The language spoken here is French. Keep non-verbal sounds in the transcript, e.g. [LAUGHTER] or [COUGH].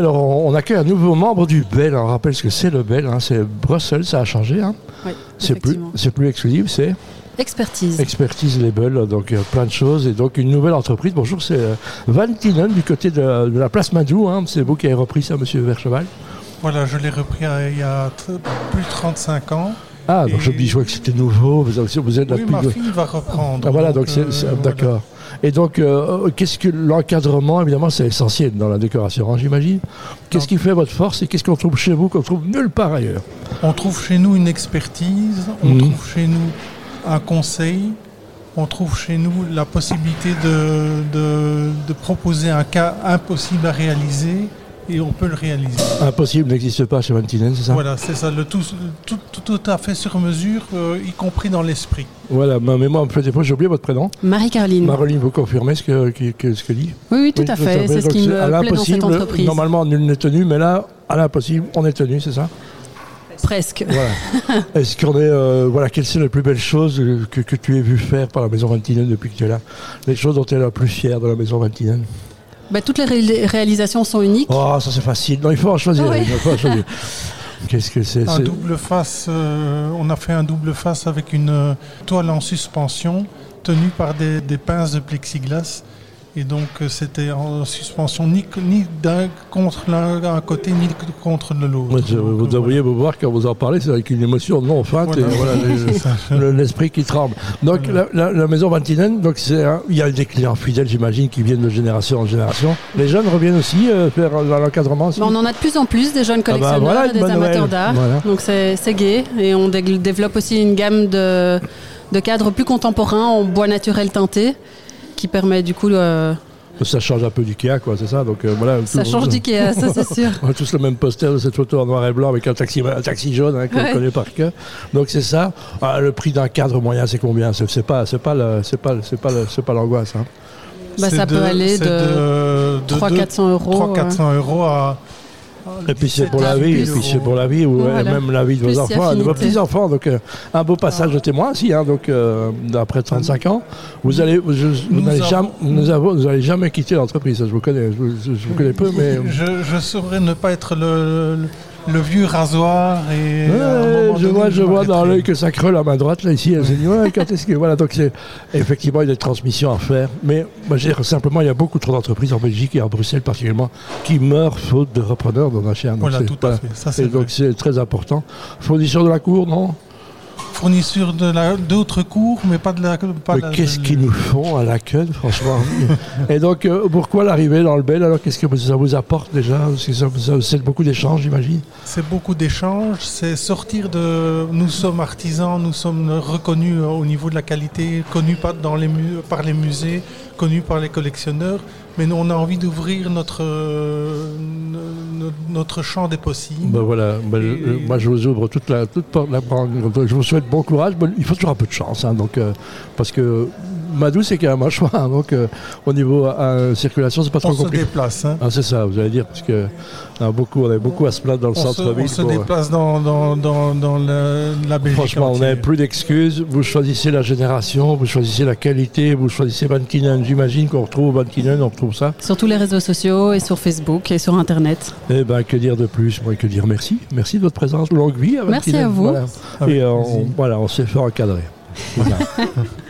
Alors, on accueille un nouveau membre du BEL. On rappelle ce que c'est le BEL. hein, C'est Bruxelles, ça a changé. hein. Oui, C'est plus, effectivement. c'est plus exclusif, c'est Expertise. expertise label. Donc, euh, plein de choses. Et donc, une nouvelle entreprise. Bonjour, c'est euh, Van Tienen du côté de, de la place Madou. hein. C'est vous qui avez repris ça, monsieur Vercheval. Voilà, je l'ai repris euh, il y a t- plus de 35 ans. Ah, donc Et- je me dis, je crois que c'était nouveau. Vous avez, vous êtes la oui, plus ma grosse- fille va reprendre. Ah, voilà, donc c'est euh, c'est- voilà. d'accord. Et donc, euh, euh, qu'est-ce que l'encadrement, évidemment, c'est essentiel dans la décoration, hein, j'imagine. Qu'est-ce qui fait votre force et qu'est-ce qu'on trouve chez vous qu'on trouve nulle part ailleurs On trouve chez nous une expertise, on Mhm. trouve chez nous un conseil, on trouve chez nous la possibilité de, de- de proposer un cas impossible à réaliser et on peut le réaliser. Impossible n'existe pas chez Van Tienen, c'est ça Voilà, c'est ça, le tout, tout, tout- tout à fait sur mesure, euh, y compris dans l'esprit. Voilà, ma mémoire me fait défaut, j'ai oublié votre prénom. Marie-Caroline. Maroline, vous confirmez ce que, que- que- ce que dit oui, oui, Mm. tout à fait. C'est ce Donc, qui à me plaît dans l'impossible, cette entreprise. Normalement, nul n'est tenu, mais là, à l'impossible, on est tenu, [LAUGHS] c'est ça Presque. Voilà. Est-ce qu'on est. euh, voilà, quelles sont les plus belles choses euh, que, que tu aies vu faire par la maison Van Tienen depuis que tu es là Les choses dont tu es la plus fière de la maison Van Tienen Bah, toutes les ré- réalisations sont uniques. Oh, ça c'est facile. Non, il faut en choisir. Oui. il faut en [LAUGHS] choisir. Qu'est-ce que c'est Un c'est- double face, euh, on a fait un double face avec une euh, toile en suspension tenue par des, des pinces de plexiglas. Et donc euh, c'était en suspension ni, ni d'un contre l'un d'un côté ni contre de l'autre. Moi, je- Donc, euh, Vous voilà. devriez vous voir quand vous en parlez, c'est avec une émotion non feinte et Voilà. voilà, C'est ça. le- le- l'esprit qui tremble. Donc la, la- la maison Vantinen, donc c'est un- il y a des clients fidèles, j'imagine, qui viennent de génération en génération. Les jeunes reviennent aussi euh, faire euh, l'encadrement. aussi Bah, on en a de plus en plus, des jeunes bah, collectionneurs, voilà une des bonne amateurs nouvelle. d'art. Voilà. Donc c'est c'est gai. Et on dé- développe aussi une gamme de, de cadres plus contemporains en bois naturel teinté qui permet du coup, euh, Ça change un peu d'Ikea, quoi, c'est ça. Donc euh, voilà. ça tout- change d'Ikea, ça [LAUGHS] c'est sûr. On a tous le même poster de cette photo en noir et blanc avec un taxi, un taxi jaune hein, qu'on Ouais. connaît par cœur. Donc c'est ça. Ah, le prix d'un cadre moyen, c'est combien C'est c'est pas, c'est pas, le- c'est pas, le- c'est pas, le- c'est pas l'angoisse. hein. Bah, C'est ça peut aller c'est de de, 300-400 euros. 400 euros à. à Et puis c'est pour la 17 vie, et euros. puis c'est pour la vie, ou Voilà. euh, même la vie de Plus vos c'est enfants, et de vos affinité. petits enfants. Donc euh, un beau passage de témoin, si. Hein, donc euh, après 35 ans, vous allez, vous, je- vous Nous n'allez avons- jamais, nous avons- vous allez jamais quitter l'entreprise. Je vous connais, je, vous- je- je vous connais peu, mais euh, Je, je saurais ne pas être le, le, le vieux rasoir et. Ouais, à un moment je donné, vois, je je vois dans m'arrêterai. l'œil que ça creuse à ma droite, là, ici. Elle se dit, ouais, quand est-ce que. Voilà, donc c'est. Effectivement, il y a des transmissions à faire. Mais moi, je dirais simplement, il y a beaucoup trop d'entreprises en Belgique et en Bruxelles particulièrement qui meurent faute de repreneurs dans la chaîne. Donc, Voilà, c'est- Oh tout à voilà. fait. Ça, Et c'est vrai. donc, c'est très important. Fournisseur de la cour, non fournisseur de la- d'autres cours, mais pas de la. Pas Mais la- qu'est-ce de- qu'ils nous font à la queue, [LAUGHS] franchement Et donc, euh, pourquoi l'arrivée dans le Bel Alors, qu'est-ce que ça vous apporte déjà Parce que ça, ça- C'est beaucoup d'échanges, j'imagine. C'est beaucoup d'échanges, c'est sortir de. Nous sommes artisans, nous sommes reconnus euh, au niveau de la qualité, connus par, dans les mu- par les musées, connus par les collectionneurs, mais nous, on a envie d'ouvrir notre, euh, no- no- notre champ des possibles. Ben voilà, ben, Et- euh, moi je vous ouvre toute la toute porte la branle. Je vous souhaite bon courage. Bon, il faut toujours un peu de chance, hein, donc euh, parce que Madou c'est quand même un choix. hein, donc euh, au niveau euh, circulation, c'est pas on trop se compliqué. déplace. hein. Ah, c'est ça, vous allez dire, parce que on a beaucoup, on a beaucoup à se plaindre dans le On se, centre-ville. on se Bon, déplace dans, dans, dans, dans la, la Belgique. Franchement, on n'a entière. plus d'excuses. Vous choisissez la génération, vous choisissez la qualité, vous choisissez Van Kinen. J'imagine qu'on retrouve Van Kinen, on retrouve ça. sur tous les réseaux sociaux et sur Facebook et sur Internet. Eh ben, que dire de plus Moi, que dire merci. Merci de votre présence. Longue vie à Van Merci Kinen. Ah à vous. Voilà. Avec Et euh, plaisir. on, voilà, on s'est fait encadrer. Voilà.